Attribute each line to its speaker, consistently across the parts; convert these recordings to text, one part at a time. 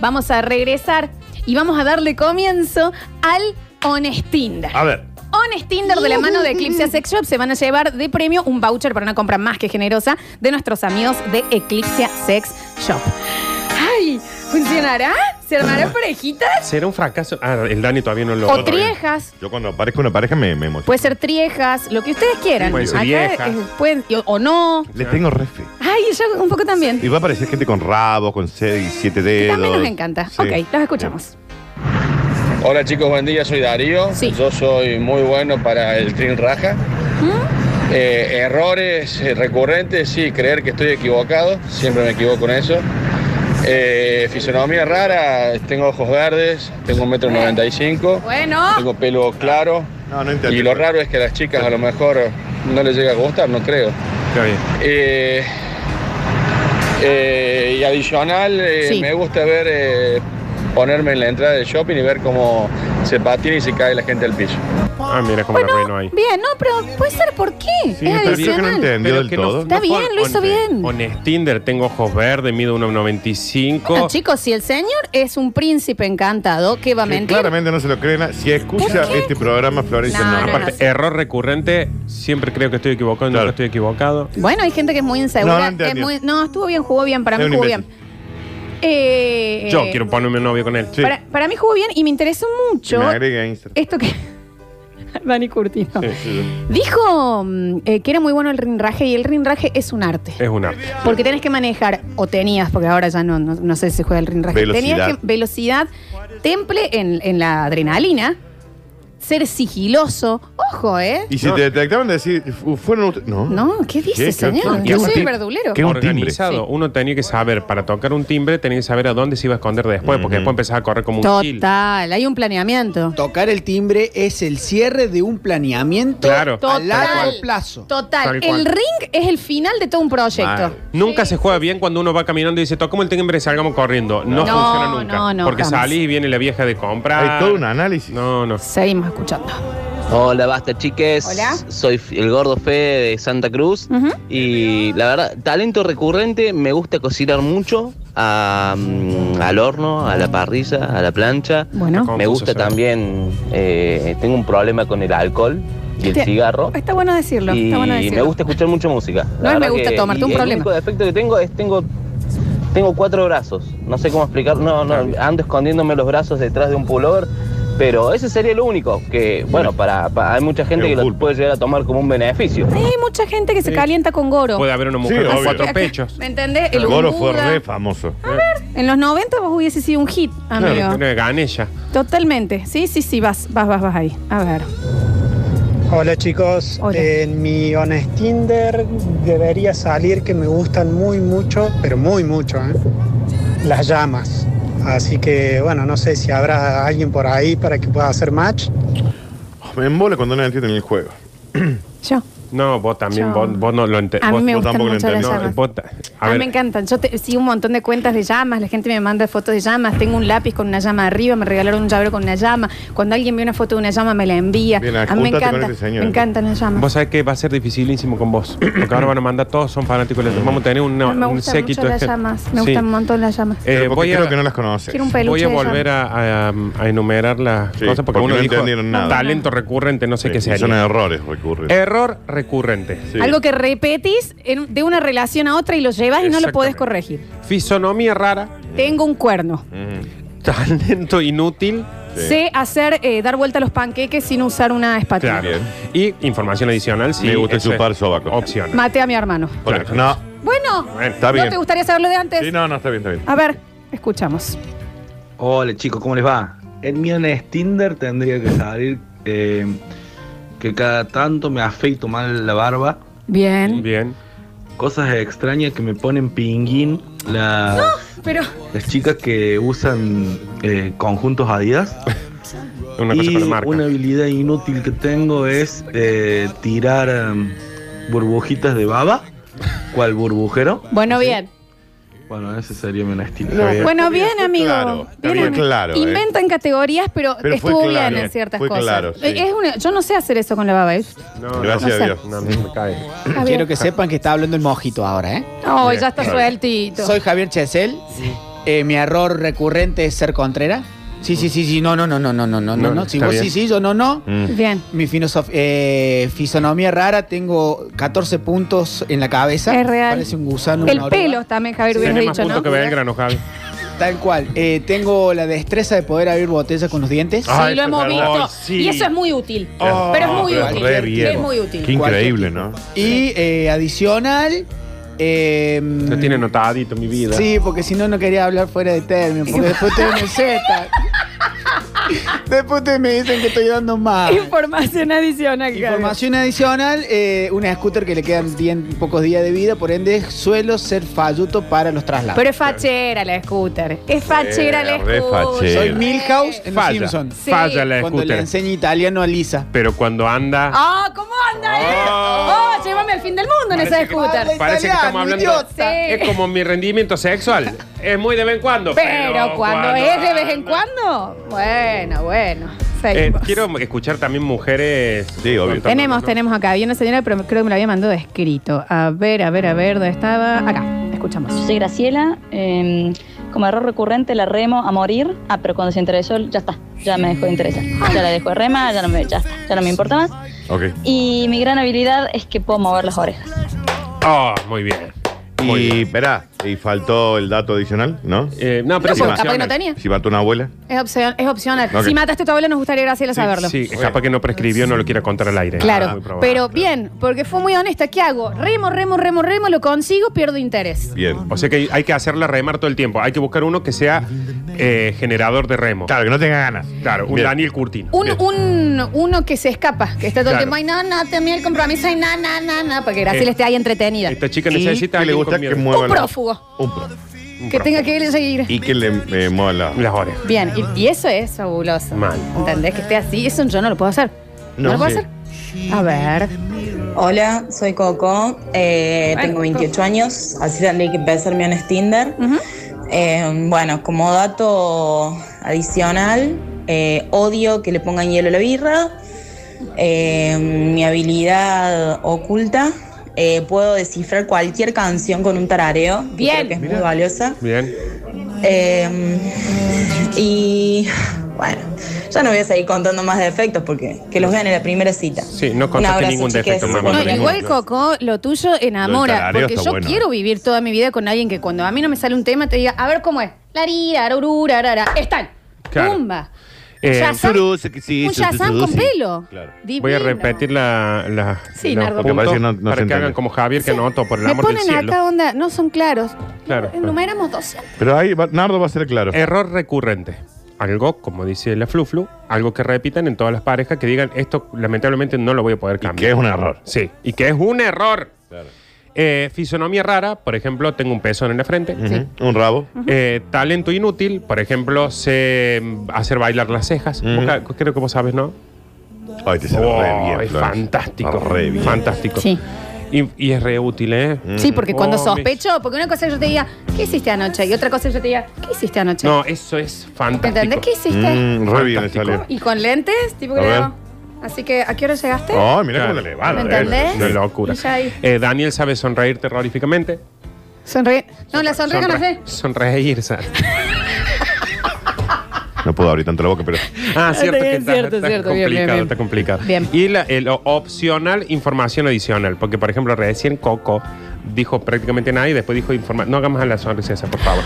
Speaker 1: Vamos a regresar y vamos a darle comienzo al Honestinder.
Speaker 2: A ver.
Speaker 1: Honest Tinder de la mano de Eclipse Sex Shop se van a llevar de premio un voucher para una compra más que generosa de nuestros amigos de Eclipse Sex Shop. ¡Ay! ¿Funcionará? ¿Se armarán parejitas?
Speaker 2: ¿Será un fracaso? Ah, el Dani todavía no lo...
Speaker 1: O triejas.
Speaker 3: Yo cuando aparezco una pareja me, me emociono.
Speaker 1: Puede ser triejas, lo que ustedes quieran.
Speaker 2: Pueden ser
Speaker 1: Acá,
Speaker 2: viejas.
Speaker 1: eh, pueden- y- o no.
Speaker 3: Le tengo refe.
Speaker 1: Ay, yo un poco también.
Speaker 3: Y va a aparecer gente con rabo, con seis, siete dedos.
Speaker 1: También nos encanta.
Speaker 3: Sí.
Speaker 1: Ok, los escuchamos.
Speaker 4: Hola chicos, buen día, soy Darío.
Speaker 1: Sí.
Speaker 4: Yo soy muy bueno para el trin raja.
Speaker 1: ¿Mm?
Speaker 4: Eh, errores eh, recurrentes, sí, creer que estoy equivocado, siempre me equivoco en eso. Eh, fisonomía rara, tengo ojos verdes, tengo un metro noventa y cinco,
Speaker 1: Bueno,
Speaker 4: tengo pelo claro.
Speaker 3: No, no entendí.
Speaker 4: Y lo raro es que a las chicas a lo mejor no les llega a gustar, no creo.
Speaker 2: Está bien.
Speaker 4: Eh, eh, y adicional, eh,
Speaker 1: Sí.
Speaker 4: me gusta ver eh, ponerme en la entrada del shopping y ver cómo se patina y se cae la gente al piso.
Speaker 2: Ah, mira cómo la reno ahí.
Speaker 1: bien, no, pero puede ser por qué.
Speaker 3: Sí,
Speaker 1: es
Speaker 3: pero creo que no
Speaker 1: adicional.
Speaker 3: entendió del todo.
Speaker 1: Está bien, lo hizo bien.
Speaker 2: Honest Tinder, tengo ojos verdes, mido 1,95.
Speaker 1: Bueno, chicos, si el señor es un príncipe encantado, ¿qué va a
Speaker 3: Sí,
Speaker 1: mentir?
Speaker 3: claramente no se lo creen. Si escucha
Speaker 1: ¿Por qué?
Speaker 3: este programa, Florencia,
Speaker 1: No,
Speaker 3: no.
Speaker 1: no, no.
Speaker 2: Aparte, error recurrente, siempre creo que estoy equivocado,
Speaker 3: Claro.
Speaker 2: nunca estoy equivocado.
Speaker 1: Bueno, hay gente que es muy
Speaker 3: No, no
Speaker 1: insegura. es
Speaker 3: entendió.
Speaker 1: muy- no, estuvo bien, jugó bien, para
Speaker 3: Es
Speaker 1: mí
Speaker 3: un
Speaker 1: jugó bien.
Speaker 3: imbécil.
Speaker 1: Eh,
Speaker 2: Yo quiero ponerme novio con él.
Speaker 3: Sí.
Speaker 1: para, para mí jugó bien y me interesó mucho
Speaker 3: Me agrega Instagram.
Speaker 1: esto que... Dani Curtino.
Speaker 2: Sí, sí,
Speaker 1: Dijo mm, eh, que era muy bueno el rinraje y el rinraje es un arte.
Speaker 2: sí. Es un arte.
Speaker 1: Porque tenés que manejar, o tenías, porque ahora ya no, no, no sé si se juega el rinraje. Tenías
Speaker 3: Velocidad.
Speaker 1: que velocidad, temple en, en la adrenalina, ser sigiloso. Ojo, ¿eh?
Speaker 3: Y si
Speaker 2: No.
Speaker 3: te detectaban, decir, "Fu- fueron ustedes. No.
Speaker 1: No, ¿qué dice,
Speaker 3: Mm. ¿Qué?
Speaker 1: señor?
Speaker 3: ¿Qué?
Speaker 1: Yo
Speaker 3: ¿Qué?
Speaker 1: soy
Speaker 3: ¿Qué?
Speaker 1: verdulero.
Speaker 3: ¿Qué? Es un timbre.
Speaker 2: Organizado. Uno tenía que saber, para tocar un timbre, tenía que saber a dónde se iba a esconder después, porque
Speaker 3: Ujú.
Speaker 2: después empezaba a correr como un gil.
Speaker 1: Total, hay un planeamiento.
Speaker 5: Tocar el timbre es el cierre de un planeamiento
Speaker 2: Claro.
Speaker 5: a
Speaker 1: Total.
Speaker 5: largo plazo.
Speaker 1: Total,
Speaker 2: Tal cual.
Speaker 1: el ring es el final de todo un proyecto.
Speaker 3: Mal.
Speaker 2: Nunca se juega bien cuando uno va caminando y dice, tocamos el timbre y salgamos corriendo. No,
Speaker 1: No,
Speaker 2: funciona nunca.
Speaker 1: no, no,
Speaker 2: porque
Speaker 1: jamás.
Speaker 2: salís y viene la vieja de comprar.
Speaker 3: Hay todo un análisis.
Speaker 2: No, no.
Speaker 1: Seguimos escuchando.
Speaker 6: Hola, basta chiques.
Speaker 1: Hola.
Speaker 6: Soy el gordo Fe de Santa Cruz.
Speaker 1: Ujú.
Speaker 6: Y la verdad, talento recurrente, me gusta cocinar mucho a, mm, al horno, a la parrilla, a la plancha.
Speaker 1: Bueno,
Speaker 2: Confuso,
Speaker 6: Me gusta
Speaker 2: ¿sabes?
Speaker 6: también, eh, tengo un problema con el alcohol y el
Speaker 1: Este-
Speaker 6: cigarro.
Speaker 1: está bueno decirlo.
Speaker 6: Y
Speaker 1: Está bueno
Speaker 6: me
Speaker 1: decirlo.
Speaker 6: gusta escuchar mucha música. La
Speaker 1: No es
Speaker 6: verdad
Speaker 1: me gusta
Speaker 6: que-
Speaker 1: tomarte,
Speaker 6: y
Speaker 1: un problema.
Speaker 6: El único defecto que tengo es tengo tengo cuatro brazos. No sé cómo explicar. No, no, ando escondiéndome los brazos detrás de un pullover. Pero ese sería el único que, bueno, para, para- hay mucha gente
Speaker 3: Es
Speaker 6: que
Speaker 3: un
Speaker 6: lo
Speaker 3: pulpo.
Speaker 6: puede llegar a tomar como un beneficio.
Speaker 1: Hay mucha gente que se calienta con goro.
Speaker 2: Puede haber una
Speaker 3: Sí,
Speaker 2: mujer con
Speaker 3: obvio.
Speaker 2: cuatro
Speaker 1: Acá,
Speaker 2: pechos.
Speaker 1: ¿Me entendés? El
Speaker 3: El Goro fue
Speaker 1: Buda. Ah,
Speaker 3: re famoso.
Speaker 1: En los 90 vos hubiese sido un hit, amigo.
Speaker 2: Claro, tiene ganella.
Speaker 1: Totalmente. Sí, sí, sí, vas, vas, vas, vas ahí. A ver.
Speaker 7: Hola chicos,
Speaker 1: Hola.
Speaker 7: en mi Honest Tinder debería salir que me gustan muy mucho, pero muy mucho, ¿eh? las llamas. Así que bueno, no sé si habrá alguien por ahí para que pueda hacer match.
Speaker 3: Oh, Me embola cuando no entienden el juego.
Speaker 1: Yo.
Speaker 2: No, vos también,
Speaker 1: Yo-
Speaker 2: vos, vos no lo entendés.
Speaker 1: A mí me
Speaker 3: vos
Speaker 1: gustan
Speaker 3: tampoco lo
Speaker 1: mucho las
Speaker 3: entendés.
Speaker 1: llamas.
Speaker 2: Vos ta-
Speaker 1: A,
Speaker 2: a
Speaker 1: mí
Speaker 2: ver,
Speaker 1: Ah, me encantan. Yo te- sigo un montón de cuentas de llamas. La gente me manda fotos de llamas. Tengo un lápiz con una llama arriba. Me regalaron un llavero con una llama. Cuando alguien ve una foto de una llama, me la envía.
Speaker 3: Bien,
Speaker 1: a mí me
Speaker 3: júntate con
Speaker 1: encanta.
Speaker 3: este señor,
Speaker 1: me encantan las llamas.
Speaker 2: vos sabés que va a ser dificilísimo con vos. Porque ahora van a mandar todos, son fanáticos. de las- Vamos a tener una-
Speaker 1: me
Speaker 2: un
Speaker 1: gustan
Speaker 2: séquito
Speaker 1: mucho
Speaker 2: de
Speaker 1: las
Speaker 2: gente.
Speaker 1: llamas. Me
Speaker 2: Sí.
Speaker 1: gustan un montón las llamas.
Speaker 2: Eh,
Speaker 3: Pero
Speaker 2: voy
Speaker 3: porque
Speaker 2: a-
Speaker 3: creo que no las conoces.
Speaker 1: Quiero un
Speaker 2: Voy
Speaker 1: peluche.
Speaker 2: a
Speaker 1: de
Speaker 2: volver
Speaker 1: llama.
Speaker 2: a, a- a enumerar las
Speaker 3: Sí,
Speaker 2: cosas porque
Speaker 3: porque
Speaker 2: uno
Speaker 3: no
Speaker 2: dijo
Speaker 3: entendieron nada.
Speaker 2: talento recurrente, no sé
Speaker 3: Sí,
Speaker 2: qué
Speaker 3: sí,
Speaker 2: sea.
Speaker 3: Son errores recurren.
Speaker 2: Error recurrente.
Speaker 3: Sí.
Speaker 1: Algo que repetís en- de una relación a otra y lo llevas y no lo
Speaker 2: Exactamente.
Speaker 1: podés corregir.
Speaker 2: Fisonomía rara,
Speaker 1: Tengo un cuerno.
Speaker 3: Mm.
Speaker 2: talento inútil.
Speaker 3: Sí.
Speaker 1: Sé hacer eh, dar vuelta a los panqueques sin usar una espátula.
Speaker 2: Claro. Y información adicional. Si
Speaker 3: Me gusta
Speaker 2: eso es
Speaker 3: chupar sobaco.
Speaker 2: Opcional.
Speaker 1: Maté a mi hermano.
Speaker 3: Por-
Speaker 2: Claro.
Speaker 3: No.
Speaker 1: Bueno,
Speaker 2: Bueno,
Speaker 3: está
Speaker 1: ¿no
Speaker 3: bien.
Speaker 1: te gustaría saberlo de antes?
Speaker 3: Sí, no, no, está bien, está bien.
Speaker 1: A ver, escuchamos.
Speaker 8: Hola chicos, ¿cómo les va? El mío en Tinder tendría que salir eh, que cada tanto me afeito mal la barba.
Speaker 1: Bien.
Speaker 2: Bien.
Speaker 8: Cosas extrañas que me ponen pinguín
Speaker 1: Ah.
Speaker 8: la-
Speaker 1: Pero
Speaker 8: las chicas que usan eh, conjuntos Adidas.
Speaker 2: Una cosa
Speaker 8: y
Speaker 2: con la marca.
Speaker 8: una habilidad inútil que tengo es eh, tirar em, burbujitas de baba. ¿Cuál burbujero?
Speaker 1: bueno, bien.
Speaker 8: Bueno, ese sería mi Tinder.
Speaker 3: No, Bien.
Speaker 1: Bueno,
Speaker 3: Está bien,
Speaker 1: bien,
Speaker 3: fue
Speaker 1: amigo.
Speaker 3: claro, está bien claro, eh.
Speaker 1: Inventan categorías, pero,
Speaker 3: Pero fue
Speaker 1: estuvo
Speaker 3: claro,
Speaker 1: bien en
Speaker 3: eh,
Speaker 1: ciertas
Speaker 3: fue
Speaker 1: cosas.
Speaker 3: claro, sí.
Speaker 1: Eh, es una- yo no sé hacer eso con la baba. ¿eh?
Speaker 2: No,
Speaker 3: Gracias
Speaker 1: no sé.
Speaker 3: a Dios.
Speaker 2: No, no, no me cae.
Speaker 1: A ver.
Speaker 5: Quiero que sepan que está hablando el mojito ahora, ¿eh?
Speaker 1: Ay, ya está
Speaker 2: Bien.
Speaker 1: sueltito.
Speaker 5: Soy Javier Chesel. eh, mi error recurrente es ser contrera. Sí, sí, sí, sí, no, no, no, no, no, no, no, no, no. Si
Speaker 2: está
Speaker 5: vos
Speaker 2: bien.
Speaker 5: sí, sí, yo no, no.
Speaker 3: Mm.
Speaker 1: Bien.
Speaker 5: Mi finosof- eh, fisonomía rara, tengo 14 puntos en la cabeza.
Speaker 1: Es real.
Speaker 5: Parece un gusano.
Speaker 1: el
Speaker 5: una oruga.
Speaker 1: pelo también, Javier, hubieras
Speaker 2: Tiene más
Speaker 1: dicho,
Speaker 2: puntos
Speaker 1: ¿no?
Speaker 2: que Belgrano, Javi.
Speaker 5: Tal cual. Eh, tengo la destreza de poder abrir botellas con los dientes.
Speaker 1: Sí,
Speaker 3: Ah,
Speaker 1: lo
Speaker 3: eso
Speaker 1: hemos
Speaker 3: es
Speaker 1: visto.
Speaker 3: verdad. Oh, sí.
Speaker 1: Y eso es muy útil.
Speaker 3: Oh,
Speaker 1: pero es muy
Speaker 3: pero
Speaker 1: útil.
Speaker 3: re bien.
Speaker 1: Es muy útil.
Speaker 3: Qué increíble, ¿no?
Speaker 5: Y eh, adicional. Eh,
Speaker 2: Lo tiene notadito mi vida.
Speaker 5: Sí, porque si no, no quería hablar fuera de término. Porque después ustedes me zetan. después ustedes me dicen que estoy dando más.
Speaker 1: Información adicional, Javier.
Speaker 5: Información adicional, eh, una scooter que le quedan 10 pocos días de vida, por ende suelo ser falluto para los traslados.
Speaker 1: Pero es fachera la scooter. Es fachera la
Speaker 3: re
Speaker 1: scooter.
Speaker 3: fachera.
Speaker 5: Soy Milhouse en Los
Speaker 2: Falla.
Speaker 5: Simpsons.
Speaker 1: Sí.
Speaker 2: Falla la
Speaker 5: Cuando le
Speaker 2: scooter.
Speaker 5: enseña italiano a Lisa.
Speaker 2: Pero cuando anda.
Speaker 1: ¡Ah, cómo anda, eh!
Speaker 2: Oh.
Speaker 1: ¡Oh, llévame al fin del mundo en esa
Speaker 2: Parece que-
Speaker 1: scooter!
Speaker 5: Habla
Speaker 2: Parece que estamos hablando-
Speaker 5: idiota.
Speaker 1: Sí.
Speaker 2: Es como mi rendimiento sexual. Es muy de vez en cuando.
Speaker 1: Pero cuando es de vez en
Speaker 2: anda-
Speaker 1: cuando, bueno, bueno.
Speaker 2: Eh,
Speaker 1: Seguimos.
Speaker 2: quiero escuchar también mujeres.
Speaker 3: Sí, obvio.
Speaker 2: contando,
Speaker 1: tenemos,
Speaker 2: ¿no?
Speaker 1: tenemos acá. Había una señora, pero creo que me la había mandado escrito. A ver, a ver, a ver, ¿dónde estaba? Acá, escuchamos.
Speaker 9: Yo soy Graciela, eh, como error recurrente la remo a morir. Ah, pero cuando se interesó, ya está, ya me dejó de interesar. Ya la dejo de rema, ya no me, ya, está, ya no me importa más.
Speaker 3: Ok.
Speaker 9: Y mi gran habilidad es que puedo mover las orejas.
Speaker 2: Oh, muy bien. Muy
Speaker 3: Y,
Speaker 2: bien.
Speaker 3: espera, y faltó el dato adicional, ¿no?
Speaker 2: Eh, no, pero
Speaker 1: No,
Speaker 2: es
Speaker 1: porque capaz
Speaker 2: opcional.
Speaker 1: que no tenía.
Speaker 3: Si mató una abuela.
Speaker 1: Es, opción- es opcional.
Speaker 3: Ok.
Speaker 1: Si mataste a tu abuelo, nos gustaría, Graciela, saberlo.
Speaker 2: Sí, es capaz que no prescribió, no lo quiera contar al aire.
Speaker 1: Claro,
Speaker 2: Ah, muy probable.
Speaker 1: pero bien, porque fue muy honesta. ¿Qué hago? Remo, remo, remo, remo, lo consigo, pierdo interés.
Speaker 3: Bien.
Speaker 2: O sea que hay- hay que hacerla remar todo el tiempo. Hay que buscar uno que sea eh, generador de remo.
Speaker 3: Claro, que no tenga ganas.
Speaker 2: Claro, un
Speaker 3: Bien.
Speaker 2: Daniel Curtino.
Speaker 1: Un,
Speaker 3: Bien.
Speaker 1: un- uno que se escapa, que está todo el
Speaker 2: Claro.
Speaker 1: tiempo, ay, no, no, tenía el compromiso, ay, no, no, no, no, para que Graciela
Speaker 2: Eh,
Speaker 1: esté ahí entretenida.
Speaker 2: Esta chica
Speaker 3: Y
Speaker 2: necesita
Speaker 3: que le
Speaker 2: alguien
Speaker 3: gusta
Speaker 2: con
Speaker 3: que
Speaker 2: miedo.
Speaker 3: mueva
Speaker 1: Un
Speaker 3: la-
Speaker 1: prófugo.
Speaker 3: un pro-
Speaker 2: Un
Speaker 1: que
Speaker 2: pro-
Speaker 1: tenga que seguir.
Speaker 3: Y que le eh, mueva la-
Speaker 2: Las orejas.
Speaker 1: Bien, y, y eso es fabuloso.
Speaker 2: Mal.
Speaker 1: ¿Entendés? Que esté así, eso yo no lo puedo hacer. No,
Speaker 3: No,
Speaker 1: lo puedo
Speaker 3: sí.
Speaker 1: hacer. A ver.
Speaker 10: Hola, soy Coco, eh,
Speaker 1: Bueno,
Speaker 10: tengo 28 años, así salí que empecé mi en Tinder.
Speaker 1: Ujú.
Speaker 10: Eh, bueno, como dato adicional, eh, odio que le pongan hielo a la birra. Eh, mi habilidad oculta, eh, puedo descifrar cualquier canción con un tarareo, que
Speaker 1: Bien.
Speaker 10: creo que es muy valiosa.
Speaker 2: Bien.
Speaker 10: Eh, y bueno, ya no voy a seguir contando más defectos porque que los vean en la primera cita.
Speaker 2: Sí, no
Speaker 10: Un
Speaker 2: contaste
Speaker 10: abrazo,
Speaker 2: ningún defecto,
Speaker 10: chiques.
Speaker 2: mamá.
Speaker 1: No,
Speaker 2: Bueno,
Speaker 1: igual Coco, lo tuyo
Speaker 3: Lo del
Speaker 1: enamora.
Speaker 3: tarareo
Speaker 1: Porque
Speaker 3: está
Speaker 1: yo
Speaker 3: bueno.
Speaker 1: quiero vivir toda mi vida con alguien que cuando a mí no me sale un tema te diga, a ver cómo es. Larira, arurura, arara. Están.
Speaker 2: Claro.
Speaker 1: Pumba.
Speaker 2: Eh,
Speaker 1: Shazam.
Speaker 3: suru, se- sí,
Speaker 1: un
Speaker 3: su-
Speaker 1: Shazam
Speaker 3: su-
Speaker 1: con
Speaker 3: sí.
Speaker 1: pelo.
Speaker 3: Claro.
Speaker 2: Voy a
Speaker 1: Divino.
Speaker 2: repetir la, la-
Speaker 1: Sí,
Speaker 2: los
Speaker 1: Nardo.
Speaker 2: puntos
Speaker 3: Porque parece que no- no se
Speaker 2: para que
Speaker 3: entiende.
Speaker 2: hagan como Javier que anotó por el
Speaker 1: Me
Speaker 2: amor del
Speaker 1: ponen
Speaker 2: cielo.
Speaker 1: acá onda, no son claros.
Speaker 2: Claro.
Speaker 1: Enumeramos 200.
Speaker 3: Pero ahí va- Nardo va a ser claro.
Speaker 2: Error recurrente. Algo, como dice la Fluflu, algo que repitan en todas las parejas que digan esto lamentablemente no lo voy a poder cambiar.
Speaker 3: que es un error.
Speaker 2: Sí, y que es un error. Eh, fisonomía rara, por ejemplo, tengo un pezón en la frente.
Speaker 3: Ujú. Un rabo.
Speaker 2: Eh, talento inútil, por ejemplo, sé mm, hacer bailar las cejas.
Speaker 3: Ujú.
Speaker 2: Vos ca- creo que vos sabes, ¿no?
Speaker 3: Ay, te sale
Speaker 2: Oh,
Speaker 3: re bien,
Speaker 2: es
Speaker 3: Flores.
Speaker 2: fantástico.
Speaker 3: Re bien.
Speaker 2: Fantástico.
Speaker 1: Sí.
Speaker 2: Y, y es re útil, ¿eh?
Speaker 1: Sí,
Speaker 3: Mm.
Speaker 1: porque cuando
Speaker 2: Oh,
Speaker 1: sospecho, porque una cosa es que yo te diga, ¿qué hiciste anoche? Y otra cosa es que yo te diga, ¿qué hiciste anoche?
Speaker 2: No, eso es
Speaker 1: ¿Me
Speaker 2: fantástico.
Speaker 1: entendés? ¿Qué hiciste?
Speaker 3: Mm, re bien le
Speaker 2: Fantástico.
Speaker 3: salió.
Speaker 1: Y con lentes, tipo que
Speaker 3: A
Speaker 1: le
Speaker 3: ver.
Speaker 1: hago, Así que, ¿a qué hora llegaste?
Speaker 3: Ay, mira
Speaker 2: Claro.
Speaker 3: cómo eh, te levanta.
Speaker 1: ¿Me entendés?
Speaker 2: Una locura.
Speaker 1: Y ya ahí.
Speaker 2: Eh, Daniel sabe sonreír terroríficamente.
Speaker 1: Sonreír. No, la sonrisa no sé.
Speaker 2: Sonre- Sonreír, ¿sabes?
Speaker 3: No puedo abrir tanto la boca, pero.
Speaker 2: Ah, cierto que
Speaker 1: bien,
Speaker 2: está,
Speaker 1: cierto,
Speaker 2: está
Speaker 1: cierto, bien,
Speaker 2: complicado,
Speaker 1: bien, bien.
Speaker 2: está complicado.
Speaker 1: Bien.
Speaker 2: Y la, el opcional, información adicional. Porque, por ejemplo, recién Coco dijo prácticamente nada y después dijo informa No hagamos a la sonrisa esa, por favor.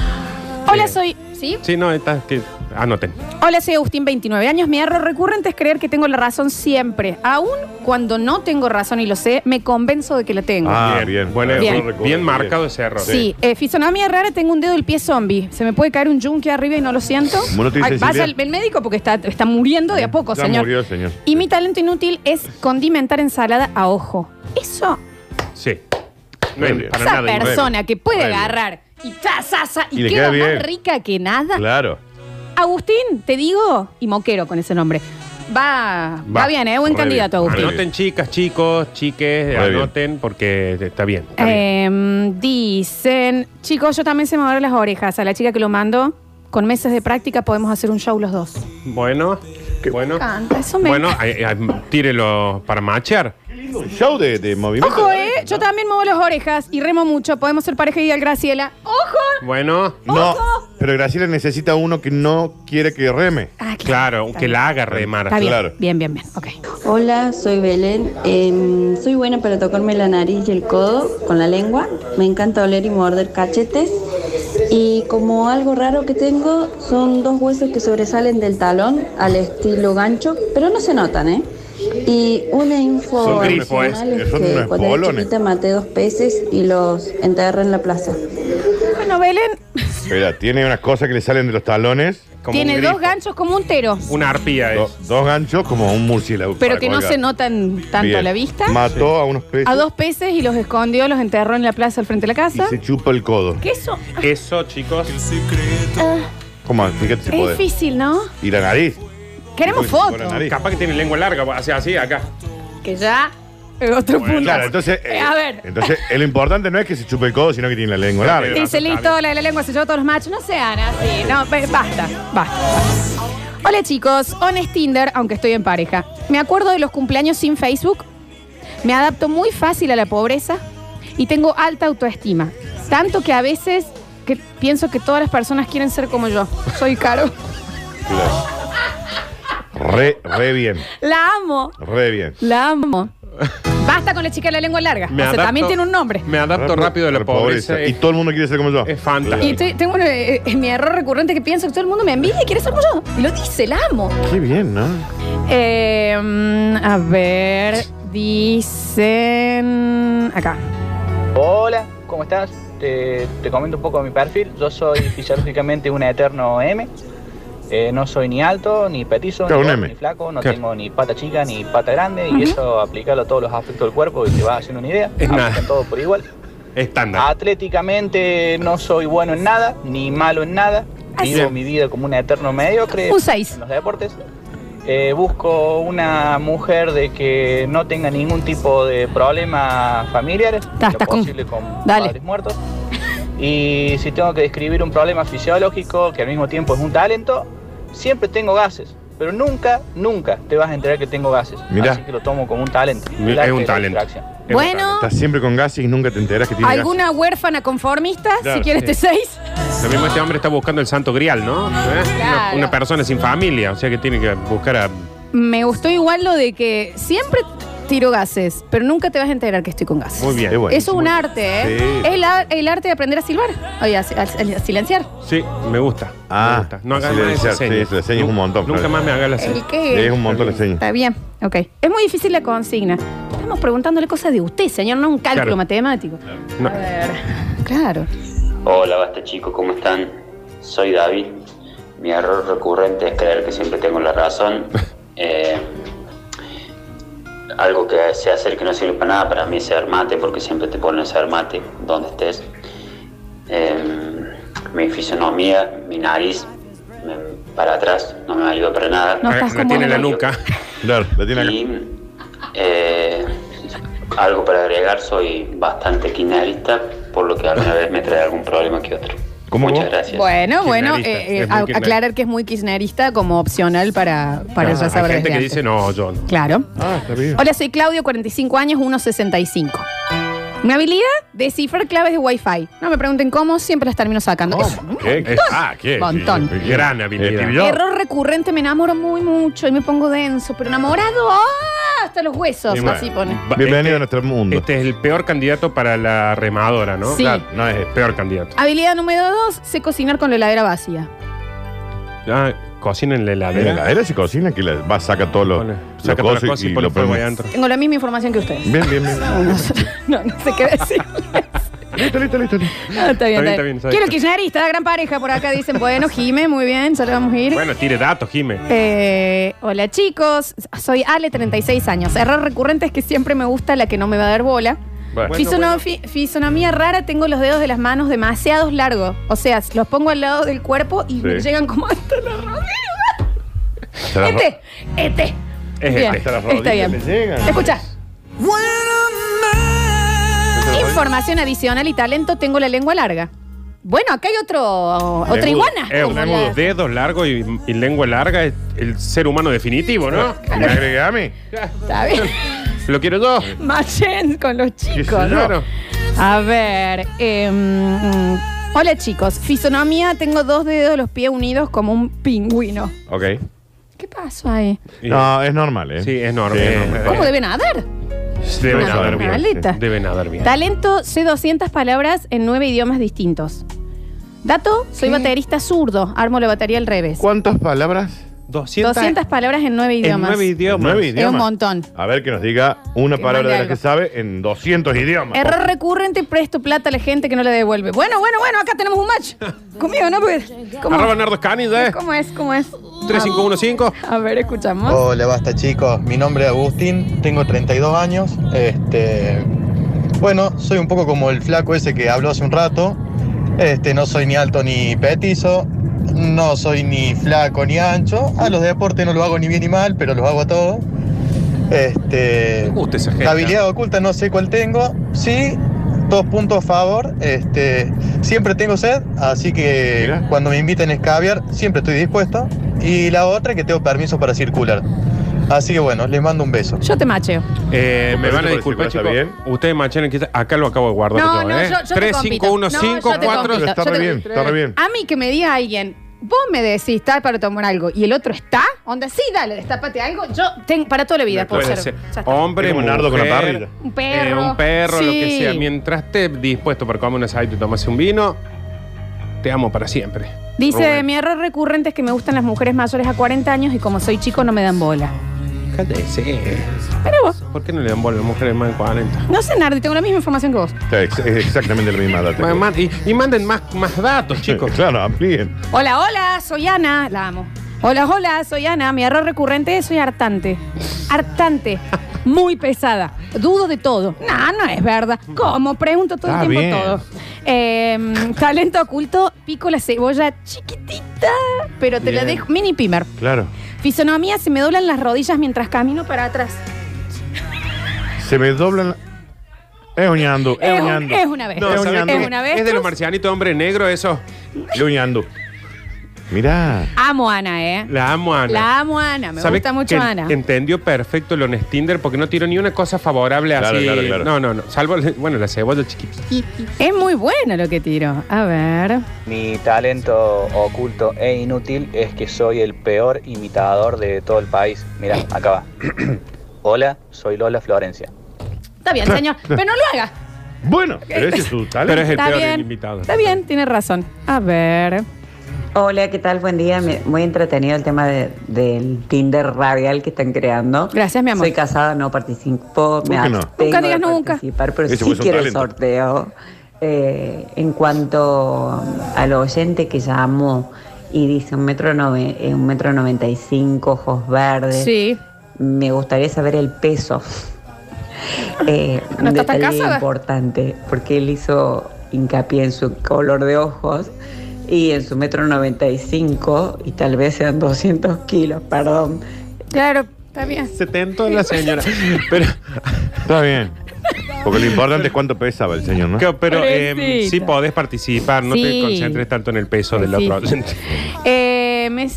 Speaker 1: Hola,
Speaker 2: Sí.
Speaker 1: soy. ¿Sí?
Speaker 2: Sí, no, está que. Anoten.
Speaker 1: Hola, soy Agustín, 29 años. Mi error recurrente es creer que tengo la razón siempre. Aún cuando no tengo razón y lo sé, me convenzo de que la tengo.
Speaker 3: Ah, bien.
Speaker 2: Bueno,
Speaker 1: Bien.
Speaker 2: bien, bien marcado ese error.
Speaker 1: Sí, eh, fisonomía rara, tengo un dedo del pie zombie. Se me puede caer un yunque arriba y no lo siento.
Speaker 3: Bueno, te dice
Speaker 1: Ay, vaya
Speaker 3: Silvia.
Speaker 1: al el médico porque está, está muriendo de a poco,
Speaker 3: Ya
Speaker 1: Oh, señor.
Speaker 3: murió el señor.
Speaker 1: Y mi talento inútil es condimentar ensalada a ojo. Eso,
Speaker 2: Sí. No
Speaker 3: Muy
Speaker 2: es
Speaker 3: bien.
Speaker 2: para
Speaker 1: esa
Speaker 2: nada inútil.
Speaker 1: persona que puede
Speaker 3: Re bien.
Speaker 1: agarrar y ta, sa, sa, y,
Speaker 3: Y le queda
Speaker 1: queda,
Speaker 3: bien.
Speaker 1: más rica que nada.
Speaker 3: Claro.
Speaker 1: Agustín, te digo, y moquero con ese nombre. Va, va,
Speaker 3: Va,
Speaker 1: bien, ¿eh? Buen
Speaker 3: re
Speaker 1: candidato,
Speaker 3: bien, re
Speaker 1: Agustín.
Speaker 3: bien.
Speaker 2: Anoten chicas, chicos, chiques,
Speaker 3: Muy bien.
Speaker 2: anoten porque está bien. está bien.
Speaker 1: Eh, dicen, chicos, yo también se me abren las orejas. A la chica que lo mando, con meses de práctica podemos hacer un show los dos.
Speaker 2: Bueno, bueno.
Speaker 1: encanta, eso me
Speaker 2: Bueno, eh, eh, tírelo para machear.
Speaker 3: Un show de, de movimiento.
Speaker 1: Ojo, ¿eh? Yo también muevo las orejas y remo mucho. Podemos ser pareja ideal, Graciela. ¡Ojo!
Speaker 2: Bueno,
Speaker 3: No.
Speaker 1: ¡Ojo!
Speaker 3: Pero Graciela necesita uno que no quiere que reme.
Speaker 1: Ah,
Speaker 2: Claro, que la haga remar.
Speaker 1: Está bien.
Speaker 3: Claro.
Speaker 1: Bien, bien, bien. Ok.
Speaker 9: Hola, soy Belén. Em, soy buena para tocarme la nariz y el codo con la lengua. Me encanta oler y morder cachetes. Y como algo raro que tengo, son dos huesos que sobresalen del talón al estilo gancho, pero no se notan, ¿eh? Y una info
Speaker 3: Son grifos,
Speaker 9: adicional
Speaker 3: ¿eh?
Speaker 9: es
Speaker 3: Son
Speaker 9: que
Speaker 3: unos
Speaker 9: cuando era
Speaker 3: polones.
Speaker 9: chiquita maté dos peces y los enterré en la plaza.
Speaker 1: Bueno, Belén
Speaker 3: Mira, tiene unas cosas que le salen de los talones.
Speaker 2: Como
Speaker 1: tiene
Speaker 2: un
Speaker 1: dos
Speaker 2: grifo.
Speaker 1: ganchos como un tero,
Speaker 2: Una arpía
Speaker 3: do-
Speaker 2: es.
Speaker 3: dos ganchos como un murciélago.
Speaker 1: pero
Speaker 3: para
Speaker 1: que no
Speaker 3: colgar.
Speaker 1: se notan tanto
Speaker 3: Bien.
Speaker 1: a la vista.
Speaker 3: Mató a unos peces.
Speaker 1: A dos peces y los escondió, los enterró en la plaza al frente de la
Speaker 3: Y
Speaker 1: casa.
Speaker 3: se chupa el codo.
Speaker 1: ¿Qué eso?
Speaker 2: Eso, chicos.
Speaker 3: ¿Cómo? Fíjate si
Speaker 1: Ah, es
Speaker 3: podés.
Speaker 1: difícil, ¿no?
Speaker 3: Y la nariz.
Speaker 1: Queremos
Speaker 3: Uy, se pone la
Speaker 1: fotos.
Speaker 3: nariz.
Speaker 2: Capaz que tiene lengua larga, o sea, así acá.
Speaker 1: Que ya es Eh, otro punto.
Speaker 3: Claro, entonces.
Speaker 1: Eh,
Speaker 3: eh,
Speaker 1: a ver.
Speaker 3: Entonces, eh, lo importante no es que se chupe el codo, sino que tiene la lengua larga.
Speaker 1: Dice listo, la de la lengua se llevó todos los machos. No sean así. No, ve- basta, basta, basta. Hola chicos, honest Tinder, aunque estoy en pareja. Me acuerdo de los cumpleaños sin Facebook. Me adapto muy fácil a la pobreza y tengo alta autoestima. Tanto que a veces que pienso que todas las personas quieren ser como yo. Soy caro.
Speaker 3: Re, re bien.
Speaker 1: La amo,
Speaker 3: Re bien.
Speaker 1: la amo. Basta con la chica de la lengua larga.
Speaker 2: Me
Speaker 1: o sea,
Speaker 2: adapto-
Speaker 1: también tiene un nombre.
Speaker 2: Me adapto rápido de la pobreza.
Speaker 3: Y todo el mundo quiere ser como yo.
Speaker 2: Es fantástico.
Speaker 1: Y estoy- tengo una- eh, eh, mi error recurrente que pienso que todo el mundo me envidia y quiere ser como yo. Y lo dice, la amo.
Speaker 3: Qué bien, ¿no?
Speaker 1: Eh, mm, a ver, dicen. Acá.
Speaker 6: Hola, ¿cómo estás? Te, te comento un poco mi perfil. Yo soy fisiológicamente un eterno M. Eh, no soy ni alto, ni petizo,
Speaker 3: Claro,
Speaker 6: ni,
Speaker 3: un
Speaker 6: gordo,
Speaker 3: M.
Speaker 6: ni flaco. No
Speaker 2: Claro.
Speaker 6: tengo ni pata chica, ni pata grande. Y eso aplicarlo a todos los aspectos del cuerpo y te vas haciendo una idea.
Speaker 2: Es nada.
Speaker 6: Aplican todo por igual.
Speaker 2: Estándar.
Speaker 6: Atléticamente no soy bueno en nada, ni malo en nada.
Speaker 1: Así.
Speaker 6: Vivo mi vida como un eterno mediocre
Speaker 1: Un seis.
Speaker 6: Eh, en los deportes. Eh, busco una mujer de que no tenga ningún tipo de problema familiar,
Speaker 1: Ta,
Speaker 6: en lo
Speaker 1: estás con-
Speaker 6: posible con,
Speaker 1: dale.
Speaker 6: padres muertos. Y si tengo que describir un problema fisiológico que al mismo tiempo es un talento, siempre tengo gases. Pero nunca, nunca te vas a enterar que tengo gases.
Speaker 3: Mirá.
Speaker 6: Así que lo tomo como un talento.
Speaker 2: Mi-
Speaker 6: Arte
Speaker 2: Es un
Speaker 6: de la
Speaker 2: talento.
Speaker 6: distracción.
Speaker 2: Es un
Speaker 1: Bueno,
Speaker 3: Estás siempre con gases y nunca te enteras que tiene
Speaker 1: ¿alguna huérfana conformista?
Speaker 3: Claro,
Speaker 1: si quieres,
Speaker 2: sí.
Speaker 1: te seis.
Speaker 2: Lo mismo este hombre está buscando el santo grial, ¿no? ¿Eh? Una,
Speaker 1: Claro.
Speaker 2: una persona sin familia, o sea que tiene que buscar a.
Speaker 1: Me gustó igual lo de que siempre tiro gases, pero nunca te vas a enterar que estoy con gases.
Speaker 2: Muy bien.
Speaker 3: Es bueno.
Speaker 1: Eso es un
Speaker 3: buenísimo.
Speaker 1: arte, ¿eh?
Speaker 3: Sí.
Speaker 1: Es la- el arte de aprender a silbar. Oye, a, a- a silenciar.
Speaker 2: Sí, me gusta.
Speaker 3: Ah,
Speaker 2: me gusta. No hagas más
Speaker 3: silenciar,
Speaker 2: esa seña.
Speaker 3: sí, la seña es un montón,
Speaker 2: Nunca
Speaker 3: claro.
Speaker 2: más me hagas la
Speaker 1: El
Speaker 2: seña.
Speaker 3: ganas.
Speaker 1: que.
Speaker 3: Es un montón de señas.
Speaker 1: Está bien, ok. Es muy difícil la consigna. Estamos preguntándole cosas de usted, señor, no un cálculo
Speaker 2: Claro.
Speaker 1: matemático.
Speaker 2: No.
Speaker 1: A ver. Claro.
Speaker 11: Hola, basta chicos, ¿cómo están? Soy David. Mi error recurrente es creer que siempre tengo la razón. Eh, algo que se hacer que no sirve para nada para mí es ser mate, porque siempre te ponen a ser mate donde estés. Eh, mi fisonomía, mi nariz, me- para atrás, no me ayuda para nada.
Speaker 1: No
Speaker 2: Ah,
Speaker 1: estás
Speaker 2: la
Speaker 1: como
Speaker 2: tiene en la
Speaker 1: una-
Speaker 2: nuca.
Speaker 3: Claro, la tiene acá.
Speaker 11: Y eh, algo para agregar, soy bastante kirchnerista, por lo que alguna vez me trae algún problema que otro.
Speaker 3: ¿Cómo,
Speaker 11: Muchas
Speaker 3: cómo?
Speaker 11: gracias.
Speaker 1: Bueno, bueno,
Speaker 2: Kirchnerista,
Speaker 1: eh, eh,
Speaker 2: es muy
Speaker 1: a-
Speaker 2: kirchner.
Speaker 1: aclarar que es muy kirchnerista como opcional para, para
Speaker 2: Ah,
Speaker 1: ya saber
Speaker 2: Hay gente
Speaker 1: desde
Speaker 2: que
Speaker 1: antes.
Speaker 2: dice, no, yo no.
Speaker 1: Claro.
Speaker 3: Ah, está bien.
Speaker 1: Hola, soy Claudio, 45 años, 1.65. Mi habilidad, descifrar claves de Wi-Fi. No me pregunten cómo, siempre las termino sacando. Es un
Speaker 3: ¿Qué? ¿Qué? Ah, ¿qué?
Speaker 1: Montón.
Speaker 2: Gran habilidad.
Speaker 3: Escribió.
Speaker 1: Error recurrente, me enamoro muy mucho y me pongo denso, pero enamorado ¡ah! hasta los huesos.
Speaker 2: Y bueno,
Speaker 1: así pone.
Speaker 2: va-
Speaker 3: Bienvenido a
Speaker 2: este-
Speaker 3: nuestro mundo.
Speaker 2: Este es el peor candidato para la remadora, ¿no?
Speaker 1: Sí.
Speaker 2: Claro, no es el peor candidato.
Speaker 1: Habilidad número 2, sé cocinar con la heladera vacía.
Speaker 2: Ah, cocina en la
Speaker 3: En la
Speaker 2: heladera.
Speaker 3: heladera se cocina que la- va, saca todos los
Speaker 2: Pone-
Speaker 3: los
Speaker 2: Saca todas las
Speaker 3: cosos
Speaker 2: cosas y
Speaker 3: y
Speaker 2: pone
Speaker 3: lo
Speaker 2: fuego ahí
Speaker 3: prende.
Speaker 2: adentro.
Speaker 1: Tengo la misma información que ustedes.
Speaker 3: Bien, bien, bien.
Speaker 1: No, no sé qué decir.
Speaker 3: listo, listo, listo. listo.
Speaker 1: No,
Speaker 2: Está
Speaker 1: está bien,
Speaker 2: bien, está
Speaker 1: está bien.
Speaker 2: bien, está
Speaker 1: Quiero
Speaker 2: bien.
Speaker 1: kirchnerista, gran pareja por acá. Dicen, bueno, Jime, muy bien, ya le vamos a ir.
Speaker 2: Bueno, tire datos, Jimé.
Speaker 1: Eh, hola chicos, soy Ale, 36 años. Error recurrente es que siempre me gusta la que no me va a dar bola.
Speaker 2: Bueno.
Speaker 1: Fisono- fi- Fisonomía rara, tengo los dedos de las manos demasiados largos. O sea, los pongo al lado del cuerpo y
Speaker 3: Sí.
Speaker 1: me llegan como hasta la rodilla.
Speaker 3: Se la ro-
Speaker 1: Este, este.
Speaker 2: Es
Speaker 1: Bien,
Speaker 2: este.
Speaker 3: hasta las
Speaker 1: Está
Speaker 3: rodillas
Speaker 1: bien.
Speaker 3: le llegan.
Speaker 1: Escucha. Información adicional y talento, tengo la lengua larga. Bueno, acá hay otro, otra
Speaker 3: Lengudo.
Speaker 1: iguana.
Speaker 2: Eh,
Speaker 1: Como
Speaker 2: tenemos
Speaker 1: la-
Speaker 2: dedos largos y, y lengua larga es el ser humano definitivo, ¿no?
Speaker 3: ¿Me agregué a mí?
Speaker 1: Está bien.
Speaker 2: Lo quiero yo.
Speaker 1: Machen con los
Speaker 3: Sí,
Speaker 1: chicos. ¿no?
Speaker 2: Claro.
Speaker 1: A ver, eh, mm, Hola chicos, fisonomía, tengo dos dedos de los pies unidos como un pingüino.
Speaker 3: Ok.
Speaker 1: ¿Qué pasó ahí?
Speaker 3: No, es normal, ¿eh?
Speaker 2: Sí, es normal.
Speaker 3: Sí, es
Speaker 2: Eh,
Speaker 3: normal.
Speaker 1: ¿Cómo debe nadar?
Speaker 2: Deben
Speaker 1: Una
Speaker 2: nadar bien.
Speaker 1: normalita.
Speaker 2: Deben nadar bien.
Speaker 1: Talento, sé 200 palabras en nueve idiomas distintos. Dato, soy baterista zurdo, armo la batería al revés.
Speaker 3: ¿Cuántas palabras?
Speaker 2: 200,
Speaker 1: 200 palabras en nueve idiomas.
Speaker 2: nueve idiomas.
Speaker 3: Nueve
Speaker 1: Es un
Speaker 3: idiomas.
Speaker 1: montón.
Speaker 3: A ver que nos diga una
Speaker 1: Que
Speaker 3: palabra
Speaker 1: mande
Speaker 3: de las
Speaker 1: algo.
Speaker 3: que sabe en 200 idiomas.
Speaker 1: Error recurrente, presto plata a la gente que no la devuelve. Bueno, bueno, bueno, acá tenemos un match. Conmigo, ¿no? Porque- ¿Cómo,
Speaker 2: Arroba Nardo Escániz, ¿eh?
Speaker 1: ¿Cómo es? ¿Cómo es?
Speaker 2: 3515.
Speaker 1: A ver, escuchamos.
Speaker 12: Hola, basta chicos. Mi nombre es Agustín, tengo 32 años. Este, bueno, soy un poco como el flaco ese que habló hace un rato. Este, no soy ni alto ni petizo, no soy ni flaco ni ancho. A los deportes no los hago ni bien ni mal, pero los hago a todos. Este,
Speaker 2: gusta esa gente.
Speaker 12: la habilidad oculta no sé cuál tengo. Sí, dos puntos a favor. Este, siempre tengo sed, así que cuando me inviten a escabiar, siempre estoy dispuesto. Y la otra que tengo permiso para circular. Así que bueno, les mando un beso.
Speaker 1: Yo te macheo.
Speaker 2: Eh, me
Speaker 12: Pero
Speaker 2: van a
Speaker 12: eso
Speaker 2: disculpar,
Speaker 12: parece
Speaker 2: chicos.
Speaker 12: que está
Speaker 2: Ustedes macharon que acá lo acabo de guardar.
Speaker 1: No,
Speaker 2: yo,
Speaker 1: no,
Speaker 2: ¿eh?
Speaker 1: yo- yo te
Speaker 2: 3,
Speaker 1: compito.
Speaker 2: 5, 1,
Speaker 1: No,
Speaker 2: 5,
Speaker 1: yo te
Speaker 2: 4.
Speaker 1: compito,
Speaker 3: Está
Speaker 1: yo
Speaker 3: re
Speaker 1: te-
Speaker 3: bien, está re bien.
Speaker 1: A mí que me diga alguien, vos me decís, está para tomar algo, y el otro está, onda, sí, dale, destápate algo, yo tengo para toda la vida, puedo
Speaker 2: Puede
Speaker 1: ah, ser.
Speaker 2: ser
Speaker 1: Ya está.
Speaker 2: hombre,
Speaker 3: Es como
Speaker 2: mujer,
Speaker 3: Nardo con la parrilla.
Speaker 1: Un perro.
Speaker 2: eh, un perro, lo que
Speaker 1: Sí.
Speaker 2: sea. Mientras estés dispuesto para comer un asado y te tomas un vino, te amo para siempre.
Speaker 1: Dice,
Speaker 2: Rubén.
Speaker 1: mi error recurrente es que me gustan las mujeres mayores a 40 años y como soy chico no me dan bola.
Speaker 2: Cállese.
Speaker 1: Pero vos,
Speaker 2: ¿Por qué no le dan bola a las mujeres más de 40?
Speaker 1: no sé, Nardi, tengo la misma información que vos.
Speaker 3: Está ex- es exactamente la misma data.
Speaker 2: Ma- ma- y, y manden más, más datos, chicos.
Speaker 3: claro, amplíen.
Speaker 1: Hola, hola, soy Ana. La amo. Hola, hola, soy Ana. Mi error recurrente es soy hartante. Hartante. Muy pesada. Dudo de todo. No, no es verdad. ¿Cómo? Pregunto todo
Speaker 3: Está
Speaker 1: el tiempo
Speaker 3: bien.
Speaker 1: todo. Eh, talento oculto, pico la cebolla chiquitita, pero te la
Speaker 3: Bien.
Speaker 1: dejo. Mini pimer.
Speaker 3: Claro.
Speaker 1: Fisonomía, se me doblan las rodillas mientras camino para atrás.
Speaker 3: Se me doblan. la- Es uñando, es
Speaker 1: Es un-
Speaker 3: uñando.
Speaker 1: es una vez.
Speaker 2: No,
Speaker 3: es
Speaker 2: ¿sabes
Speaker 3: uñando.
Speaker 2: qué?
Speaker 1: Es una vez,
Speaker 2: de los
Speaker 1: Cruz.
Speaker 2: marcianitos, Este hombre negro, eso.
Speaker 3: Es uñando. Mirá.
Speaker 1: Amo a Ana, ¿eh?
Speaker 2: La amo, Ana.
Speaker 1: La amo a Ana. Me
Speaker 2: ¿Sabe
Speaker 1: gusta mucho
Speaker 2: que
Speaker 1: Ana.
Speaker 2: Entendió perfecto lo en Tinder porque no tiró ni una cosa favorable
Speaker 3: Claro,
Speaker 2: así.
Speaker 3: claro, claro.
Speaker 2: No, no, no. Salvo, bueno, la cebolla chiquitita.
Speaker 1: Es muy bueno lo que tiro. A ver.
Speaker 13: Mi talento oculto e inútil es que soy el peor imitador de todo el país. Mira, acá va. Hola, soy Lola Florencia.
Speaker 1: Está bien, señor. Pero no lo haga.
Speaker 3: Bueno, pero ese es su talento.
Speaker 2: Pero es el
Speaker 1: Está
Speaker 2: peor
Speaker 1: bien.
Speaker 2: invitado.
Speaker 1: Está bien, tiene razón. A ver.
Speaker 14: Hola, ¿qué tal? Buen día. Me- Muy entretenido el tema de- del Tinder radial que están creando.
Speaker 1: Gracias, mi amor.
Speaker 14: Soy casada, no participo. Me
Speaker 1: ¿Por qué no?
Speaker 14: abstengo
Speaker 1: Nunca digas
Speaker 14: de
Speaker 1: nunca.
Speaker 14: participar, pero
Speaker 1: Ese
Speaker 14: sí
Speaker 1: puede ser un
Speaker 14: quiero el
Speaker 1: talento.
Speaker 14: sorteo. Eh, en cuanto al oyente que llamó y dice un metro, nove- eh, un metro noventa y cinco, ojos verdes.
Speaker 1: Sí.
Speaker 14: Me gustaría saber el peso. Eh,
Speaker 1: ¿No
Speaker 14: un
Speaker 1: estás tan
Speaker 14: detalle
Speaker 1: casada?
Speaker 14: importante, porque él hizo hincapié en su color de ojos y en su metro 95 y tal vez sean 200 kilos, perdón.
Speaker 1: Claro, está bien.
Speaker 2: Se tentó la señora. Pero,
Speaker 3: Está bien. Porque lo importante es cuánto pesaba el señor, ¿no?
Speaker 2: que- pero eh,
Speaker 1: Pobrecita.
Speaker 2: sí podés participar, no
Speaker 1: Sí.
Speaker 2: te concentres tanto en el peso del
Speaker 1: Sí.
Speaker 2: otro oyente.
Speaker 1: Eh, me...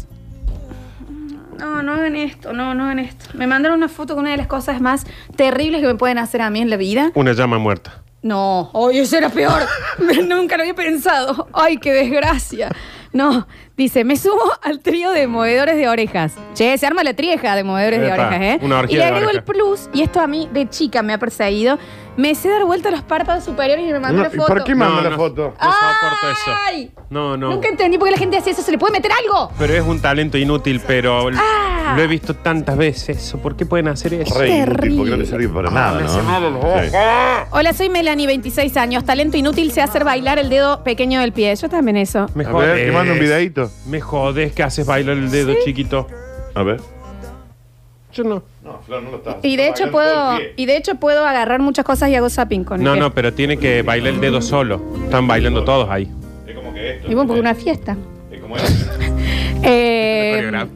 Speaker 1: No, no hagan esto, no, no hagan esto. Me mandaron una foto con una de las cosas más terribles que me pueden hacer a mí en la vida.
Speaker 2: Una llama muerta.
Speaker 1: No, hoy eso era peor. Nunca lo había pensado. Ay, qué desgracia. No, dice, me subo al trío de movedores de orejas. Che, se arma la trieja de movedores de
Speaker 2: Epa,
Speaker 1: orejas, ¿eh?
Speaker 2: una orgía
Speaker 1: y le
Speaker 2: de
Speaker 1: agrego el
Speaker 2: orejas.
Speaker 1: plus, y esto a mí de chica me ha perseguido. Me sé dar vuelta a los párpados superiores y me mandó
Speaker 3: No,
Speaker 1: una
Speaker 3: ¿y
Speaker 1: foto.
Speaker 3: ¿Por qué manda
Speaker 2: No,
Speaker 3: la
Speaker 2: no.
Speaker 3: foto?
Speaker 2: No soporto eso.
Speaker 1: ¡Ay!
Speaker 2: No, no.
Speaker 1: Nunca entendí por qué la gente hace eso. ¿Se le puede meter algo?
Speaker 2: Pero es un talento inútil, pero l-
Speaker 1: Ah.
Speaker 2: lo he visto tantas veces. eso. ¿Por qué pueden hacer eso? Ah,
Speaker 3: Re inútil, porque no le sirve para nada,
Speaker 2: me hace mal los
Speaker 3: ¿no?
Speaker 2: ojos.
Speaker 3: Sí.
Speaker 2: Ah.
Speaker 1: Hola, soy Melanie, 26 años. Talento inútil, sé hacer bailar el dedo pequeño del pie. Yo también eso.
Speaker 2: Me
Speaker 3: A ver, que manda un videíto.
Speaker 2: Me jodés que haces bailar el dedo chiquito.
Speaker 3: A ver.
Speaker 2: Yo no.
Speaker 3: No, Flor, no lo estás.
Speaker 1: Y de hecho puedo, y de hecho puedo agarrar muchas cosas y hago zapping con el
Speaker 2: No,
Speaker 1: pie.
Speaker 2: no, pero tiene que bailar el dedo solo. Están bailando todos ahí.
Speaker 1: Y bueno, porque una fiesta.
Speaker 3: Es como es.
Speaker 1: Eh,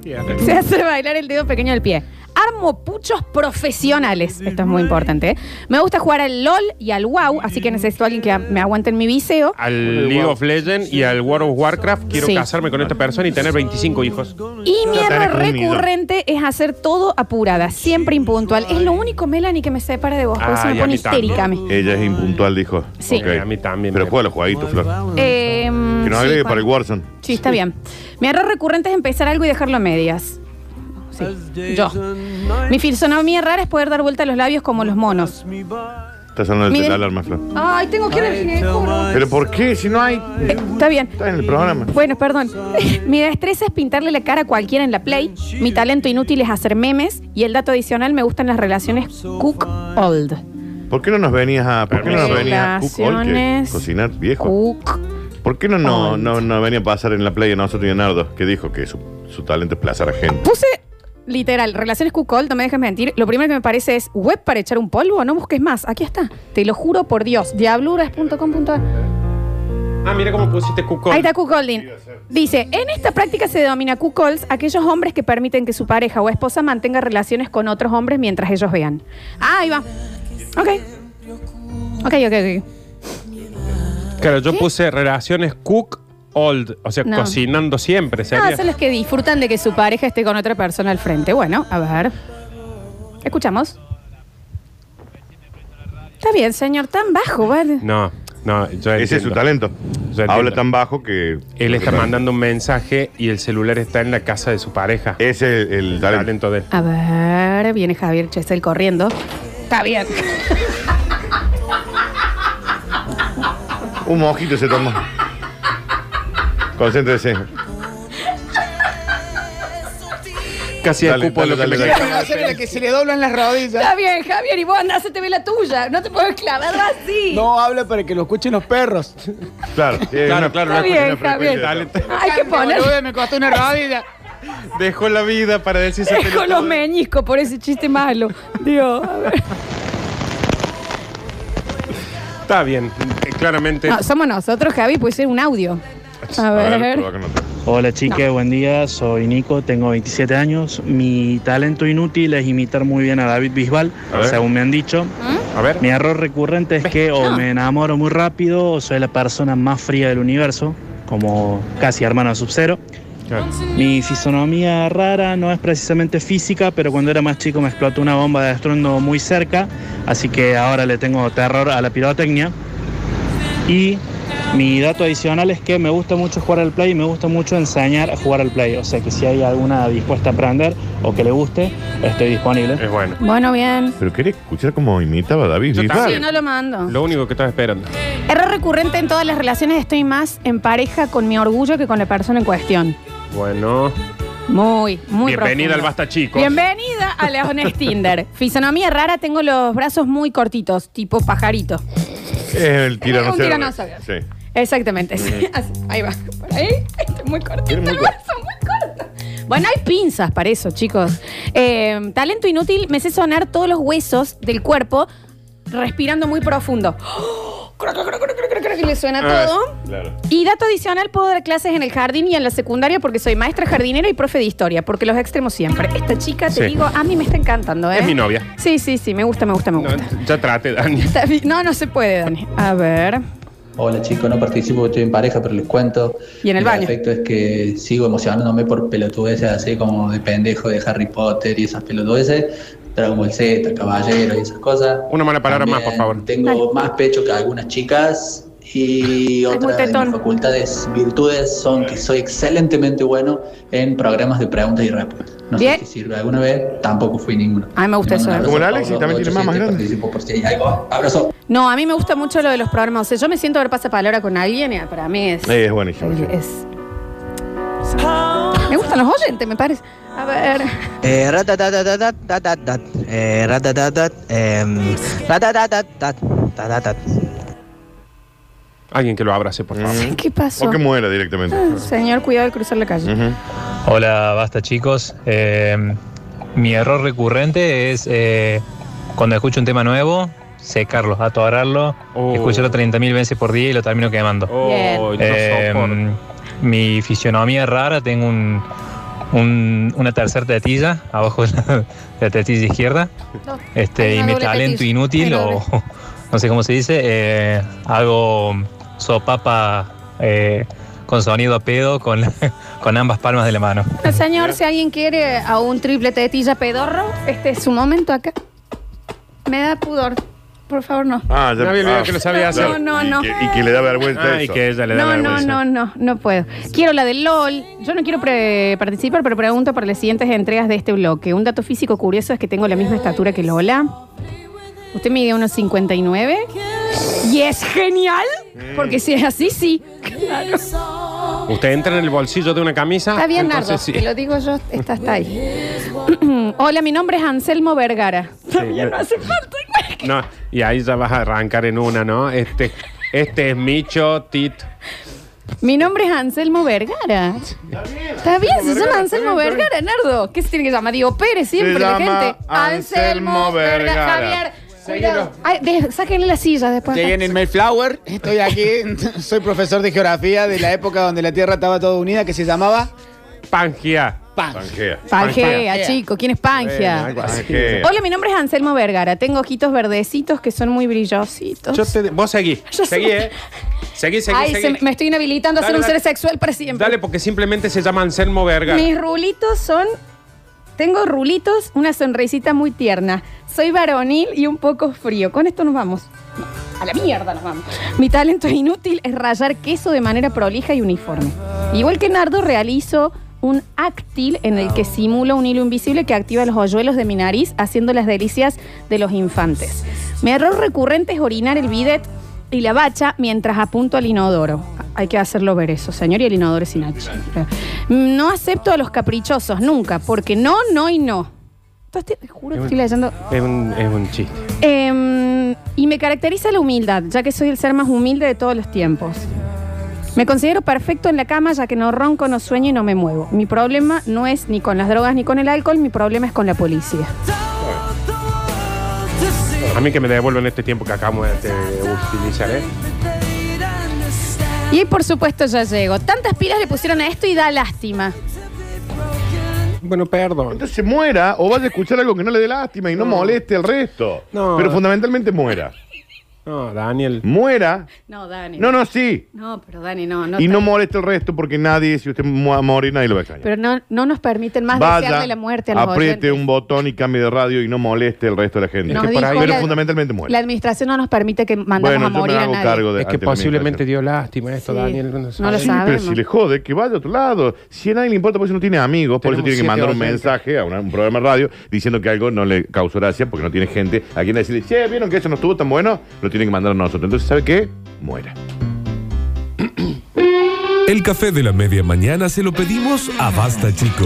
Speaker 1: se hace bailar el dedo pequeño del pie. Armo puchos profesionales. Esto es muy importante. ¿eh? Me gusta jugar al LOL y al WoW, así que necesito a alguien que me aguante en mi viseo.
Speaker 2: Al League of Legends y al World of Warcraft quiero
Speaker 1: Sí.
Speaker 2: casarme con esta persona y tener 25 hijos.
Speaker 1: Y mi
Speaker 2: Ya tenés
Speaker 1: error
Speaker 2: un nido.
Speaker 1: recurrente es hacer todo apurada, siempre impuntual. Es lo único, Melanie, que me separa de vos, porque
Speaker 2: Ah,
Speaker 1: se me
Speaker 2: y a
Speaker 1: pone
Speaker 2: mí
Speaker 1: histérica a mí.
Speaker 3: Ella es impuntual, dijo.
Speaker 1: Sí.
Speaker 3: Ok.
Speaker 1: A
Speaker 2: mí también.
Speaker 3: Pero juega los jueguitos, Flor.
Speaker 1: Eh,
Speaker 3: Que nos
Speaker 1: sí,
Speaker 3: agregue
Speaker 1: Juan.
Speaker 3: para el Warzone.
Speaker 1: Sí, está bien. Mi error recurrente es empezar algo y dejarlo a medias. Sí, yo. Mi fisonomía rara es poder dar vuelta a los labios como los monos.
Speaker 3: Está sonando el-
Speaker 1: Miren.
Speaker 3: la alarma, Flor.
Speaker 1: Ay, tengo que ir al ginecólogo.
Speaker 3: ¿Pero por qué? Si no hay.
Speaker 1: Eh, Está bien.
Speaker 3: Está en el programa.
Speaker 1: Bueno, perdón. Mi destreza es pintarle la cara a cualquiera en la play. Mi talento inútil es hacer memes. Y el dato adicional, me gustan las relaciones cook-old.
Speaker 3: ¿Por qué no nos venías a. ¿Por qué no nos venías a Cook All, que-
Speaker 1: Relaciones.
Speaker 3: cocinar viejo? ¿Por qué no, no, no, no venía a pasar en la playa nosotros y Leonardo, que dijo que su, su talento es plazar a gente?
Speaker 1: Puse, literal, relaciones cook-old, no me dejes mentir. Lo primero que me parece es, web para echar un polvo, no busques más. Aquí está. Te lo juro por Dios. Diabluras.com.ar
Speaker 2: Ah, mira cómo pusiste cucón.
Speaker 1: Ahí está Cuckolding. Dice, en esta práctica se denomina cuckolds aquellos hombres que permiten que su pareja o esposa mantenga relaciones con otros hombres mientras ellos vean. Ah, ahí va. Ok. Ok, ok, ok.
Speaker 2: Claro, yo puse relaciones cook old, o sea,
Speaker 1: No.
Speaker 2: cocinando siempre.
Speaker 1: Ah,
Speaker 2: sería.
Speaker 1: son los que disfrutan de que su pareja esté con otra persona al frente. Bueno, a ver. Escuchamos. Está bien, señor, tan bajo, ¿vale?
Speaker 2: No, no, yo
Speaker 3: Ese es su talento. Habla tan bajo que.
Speaker 2: Él está mandando un mensaje y el celular está en la casa de su pareja.
Speaker 3: Ese es el talento.
Speaker 2: de él.
Speaker 1: A ver, viene Javier Chesel corriendo. Está bien.
Speaker 3: Un mojito se tomó. Concéntrese.
Speaker 2: Casi
Speaker 3: Dale,
Speaker 2: escupo
Speaker 3: dale,
Speaker 2: lo que
Speaker 3: dale,
Speaker 2: me
Speaker 3: dale.
Speaker 2: queda.
Speaker 5: Va a ser la que se le doblan las rodillas.
Speaker 1: Está bien, Javier, y vos andás, te ve la tuya. No te puedes clavar así.
Speaker 5: No habla para que lo escuchen los perros.
Speaker 3: Claro,
Speaker 2: claro, claro.
Speaker 1: Está
Speaker 2: una-
Speaker 1: bien,
Speaker 2: una frecuencia
Speaker 1: Javier.
Speaker 2: de talento.
Speaker 1: Hay que poner.
Speaker 5: Boludo, me costó una rodilla.
Speaker 2: Dejó la vida para decirse
Speaker 1: Dejo los meñiscos por ese chiste malo. Dios, a ver.
Speaker 2: Está bien, eh, claramente.
Speaker 1: No, somos nosotros, Javi, puede ser un audio. A ver.
Speaker 15: Hola chicas, buen día, soy Nico, tengo 27 años. Mi talento inútil es imitar muy bien a David Bisbal,
Speaker 2: A ver.
Speaker 15: según me han dicho.
Speaker 2: A ver.
Speaker 15: Mi error recurrente es que o me enamoro muy rápido o soy la persona más fría del universo, como casi hermano sub-zero. Mi fisonomía rara no es precisamente física, pero cuando era más chico me explotó una bomba de estruendo muy cerca, así que ahora le tengo terror a la pirotecnia. Y mi dato adicional es que me gusta mucho jugar al play y me gusta mucho enseñar a jugar al play. O sea que si hay alguna dispuesta a aprender o que le guste, estoy disponible.
Speaker 2: Es bueno.
Speaker 1: Bueno, bien.
Speaker 3: Pero quería escuchar cómo imitaba a David.
Speaker 2: Yo
Speaker 3: Bisbal.
Speaker 1: Sí, no lo mando.
Speaker 2: Lo único que estaba esperando.
Speaker 1: Error recurrente en todas las relaciones, estoy más en pareja con mi orgullo que con la persona en cuestión.
Speaker 2: Bueno.
Speaker 1: Muy, muy
Speaker 2: Bienvenida
Speaker 1: profundo.
Speaker 2: al Basta Chicos.
Speaker 1: Bienvenida a Leones Tinder. Fisonomía rara, tengo los brazos muy cortitos, tipo pajarito.
Speaker 3: Es el tiranosaurio.
Speaker 1: Un tiranosaurio.
Speaker 3: Sí.
Speaker 1: Exactamente. sí. Así, Ahí va. Por ahí. Este, Muy cortito el brazo, muy corto. Bueno, hay pinzas para eso, chicos. Eh, talento inútil, me sé sonar todos los huesos del cuerpo respirando muy profundo. Creo, creo, creo, creo, creo, creo que le suena
Speaker 3: Ah,
Speaker 1: todo.
Speaker 3: Claro.
Speaker 1: Y dato adicional, puedo dar clases en el jardín y en la secundaria porque soy maestra jardinera y profe de historia, porque los extremos siempre. Esta chica, te
Speaker 2: Sí.
Speaker 1: digo, a mí me está encantando, ¿eh?
Speaker 2: Es mi novia.
Speaker 1: Sí, sí, sí, me gusta, me gusta, me gusta.
Speaker 2: Ya trate, Dani.
Speaker 1: Está bien. No, no se puede, Dani. A ver.
Speaker 16: Hola chicos, no participo porque estoy en pareja, pero les cuento.
Speaker 1: Y en el baño.
Speaker 16: efecto es que sigo emocionándome por pelotudeces así como de pendejo de Harry Potter y esas pelotudeces. Dragon Ball Z, Caballero y esas cosas.
Speaker 2: Una mala palabra más, por favor.
Speaker 16: Tengo más pecho que algunas chicas y otras de mis facultades, virtudes son que soy excelentemente bueno en programas de preguntas y respuestas. No
Speaker 1: Bien.
Speaker 16: sé si sirve alguna vez, tampoco fui ninguno.
Speaker 1: A mí me gusta eso.
Speaker 16: Como el Alexis, también tiene más grande. Participo por si hay algo. Abrazo.
Speaker 1: No, a mí me gusta mucho lo de los programas. O sea, yo me siento a ver pasapalabra con alguien y para mí es.
Speaker 3: Sí, es buenísimo. sí.
Speaker 1: es- Me gustan los oyentes, me parece. A ver.
Speaker 17: Eh, ratatatatat, tatatat, eh, ratatatat, em, ratatatatat, tatatat.
Speaker 2: Alguien que lo abrace, por favor.
Speaker 1: ¿Qué pasó?
Speaker 3: Mm. O que muera directamente.
Speaker 1: Ah, Señor, cuidado al cruzar la calle.
Speaker 18: Hola, basta chicos. Eh, mi error recurrente es eh, cuando escucho un tema nuevo, secarlo, atorarlo,
Speaker 2: Oh.
Speaker 18: escucharlo 30.000 veces por día y lo Em, termino quemando.
Speaker 2: Oh, Bien. yo
Speaker 18: Eh, mi fisionomía rara, tengo un, un- una tercera tetilla abajo de la, de la tetilla izquierda.
Speaker 1: No.
Speaker 18: Este,
Speaker 1: Hay
Speaker 18: y
Speaker 1: una
Speaker 18: mi
Speaker 1: doble
Speaker 18: talento
Speaker 1: tetilla. Hay
Speaker 18: inútil,
Speaker 1: una
Speaker 18: o no sé cómo se dice, eh, hago sopapa eh, con sonido a pedo con, con ambas palmas de la mano.
Speaker 1: No, Señor, si alguien quiere a un triple tetilla pedorro, este es su momento acá. Me da pudor. Por favor, no.
Speaker 3: Ah,
Speaker 2: No había olvidado que lo sabía hacer.
Speaker 1: No, no,
Speaker 3: y
Speaker 1: no.
Speaker 3: Que, y que le da vergüenza
Speaker 2: Ah, y
Speaker 3: eso.
Speaker 2: que ella le da
Speaker 1: No, no, no, no, no puedo. Quiero la de LOL. Yo no quiero pre- participar, pero pregunto por las siguientes entregas de este bloque. Un dato físico curioso es que tengo la misma estatura que Lola. Usted mide unos 59. Y es genial, porque si es así, sí. Claro.
Speaker 2: Usted entra en el bolsillo de una camisa.
Speaker 1: Está bien, Nardo.
Speaker 2: entonces
Speaker 1: Te
Speaker 2: sí.
Speaker 1: lo digo yo, está hasta ahí. Hola, mi nombre es Anselmo Vergara. También no hace falta.
Speaker 2: No, y ahí ya vas a arrancar en una, ¿no? Este, este es Micho, Tit.
Speaker 1: Mi nombre es Anselmo Vergara. Está bien, se llama Anselmo Vergara, Nardo. ¿Qué se tiene que llamar? Digo Pérez, siempre
Speaker 3: Se
Speaker 1: la
Speaker 3: llama
Speaker 1: gente.
Speaker 3: Anselmo Vergara.
Speaker 1: Javier, cuidado. Ay, de- sáquenle la silla después.
Speaker 5: Llegué en el Mayflower, estoy aquí, soy profesor de geografía de la época donde la Tierra estaba toda unida, que se llamaba
Speaker 2: Pangea.
Speaker 3: Pangea.
Speaker 1: Pangea, chico. ¿Quién es
Speaker 2: Bueno,
Speaker 1: Pangea?
Speaker 2: algo así.
Speaker 1: Hola, mi nombre es Anselmo Vergara. Tengo ojitos verdecitos que son muy brillositos.
Speaker 2: Yo te- vos seguí.
Speaker 1: Yo
Speaker 2: Seguí,
Speaker 1: sé.
Speaker 2: ¿eh? Seguí, seguí,
Speaker 1: Ay,
Speaker 2: seguí.
Speaker 1: se me- me estoy inhabilitando a
Speaker 2: Dale,
Speaker 1: ser un
Speaker 2: dale.
Speaker 1: ser sexual para siempre.
Speaker 2: Dale, porque simplemente se llama Anselmo Verga.
Speaker 1: Mis rulitos son. Tengo rulitos, una sonrisita muy tierna. Soy varonil y un poco frío. Con esto nos vamos. A la mierda nos vamos. Mi talento inútil es rayar queso de manera prolija y uniforme. Igual que Nardo, realizo un actil en el que simulo un hilo invisible que activa los hoyuelos de mi nariz, haciendo las delicias de los infantes. Mi error recurrente es orinar el bidet y la bacha mientras apunto al inodoro. Hay que hacerlo ver eso, señor, y el inodoro es sin H. No acepto a los caprichosos nunca, porque no, no y no. Entonces, te juro que estoy leyendo
Speaker 2: Es un, es un chiste.
Speaker 1: Em, y me caracteriza la humildad, ya que soy el ser más humilde de todos los tiempos. Me considero perfecto en la cama, ya que no ronco, no sueño y no me muevo. Mi problema no es ni con las drogas ni con el alcohol, mi problema es con la policía.
Speaker 2: A mí que me devuelvan este tiempo que acabamos de de utilizar, ¿eh?
Speaker 1: Y por supuesto ya llego. Tantas pilas le pusieron a esto y da lástima.
Speaker 2: Bueno, perdón.
Speaker 3: Entonces muera o vaya a escuchar algo que no le dé lástima y no, moleste al resto.
Speaker 2: No.
Speaker 3: Pero fundamentalmente muera.
Speaker 2: No, Daniel.
Speaker 3: Muera.
Speaker 1: No, Dani.
Speaker 3: No, no, sí.
Speaker 1: No, pero Dani, no. no
Speaker 3: y no
Speaker 1: tan-
Speaker 3: moleste al resto porque nadie, si usted mu- a morir, nadie lo va a extrañar.
Speaker 1: pero no, no nos permiten más
Speaker 3: Vaya,
Speaker 1: desearle la muerte a los
Speaker 3: apriete
Speaker 1: oyentes.
Speaker 3: un botón y cambie de radio y no moleste al resto de la gente.
Speaker 1: Nos Es que por dijo ahí-
Speaker 3: Pero
Speaker 1: la-
Speaker 3: fundamentalmente muera.
Speaker 1: La administración no nos permite que mandamos
Speaker 3: Bueno,
Speaker 1: a
Speaker 3: yo me
Speaker 1: morir a
Speaker 3: hago
Speaker 1: nadie.
Speaker 3: cargo de
Speaker 2: Es que
Speaker 3: ante la
Speaker 2: posiblemente dio lástima esto,
Speaker 1: Sí.
Speaker 2: Daniel. No,
Speaker 1: No lo
Speaker 2: sé.
Speaker 3: Sí, pero
Speaker 1: sabemos.
Speaker 3: si le jode, que vaya a otro lado. Si a nadie le importa, pues si no tiene amigos, por eso
Speaker 2: Tenemos
Speaker 3: tiene que
Speaker 2: siete
Speaker 3: mandar un
Speaker 2: oyentes.
Speaker 3: mensaje a una- un programa de radio diciendo que algo no le causó gracia porque no tiene gente a quien decirle, che, ¿vieron que eso no estuvo tan bueno? Lo tiene que mandar a nosotros. Entonces, ¿sabe qué? Muera.
Speaker 19: El café de la media mañana se lo pedimos a Basta, chicos.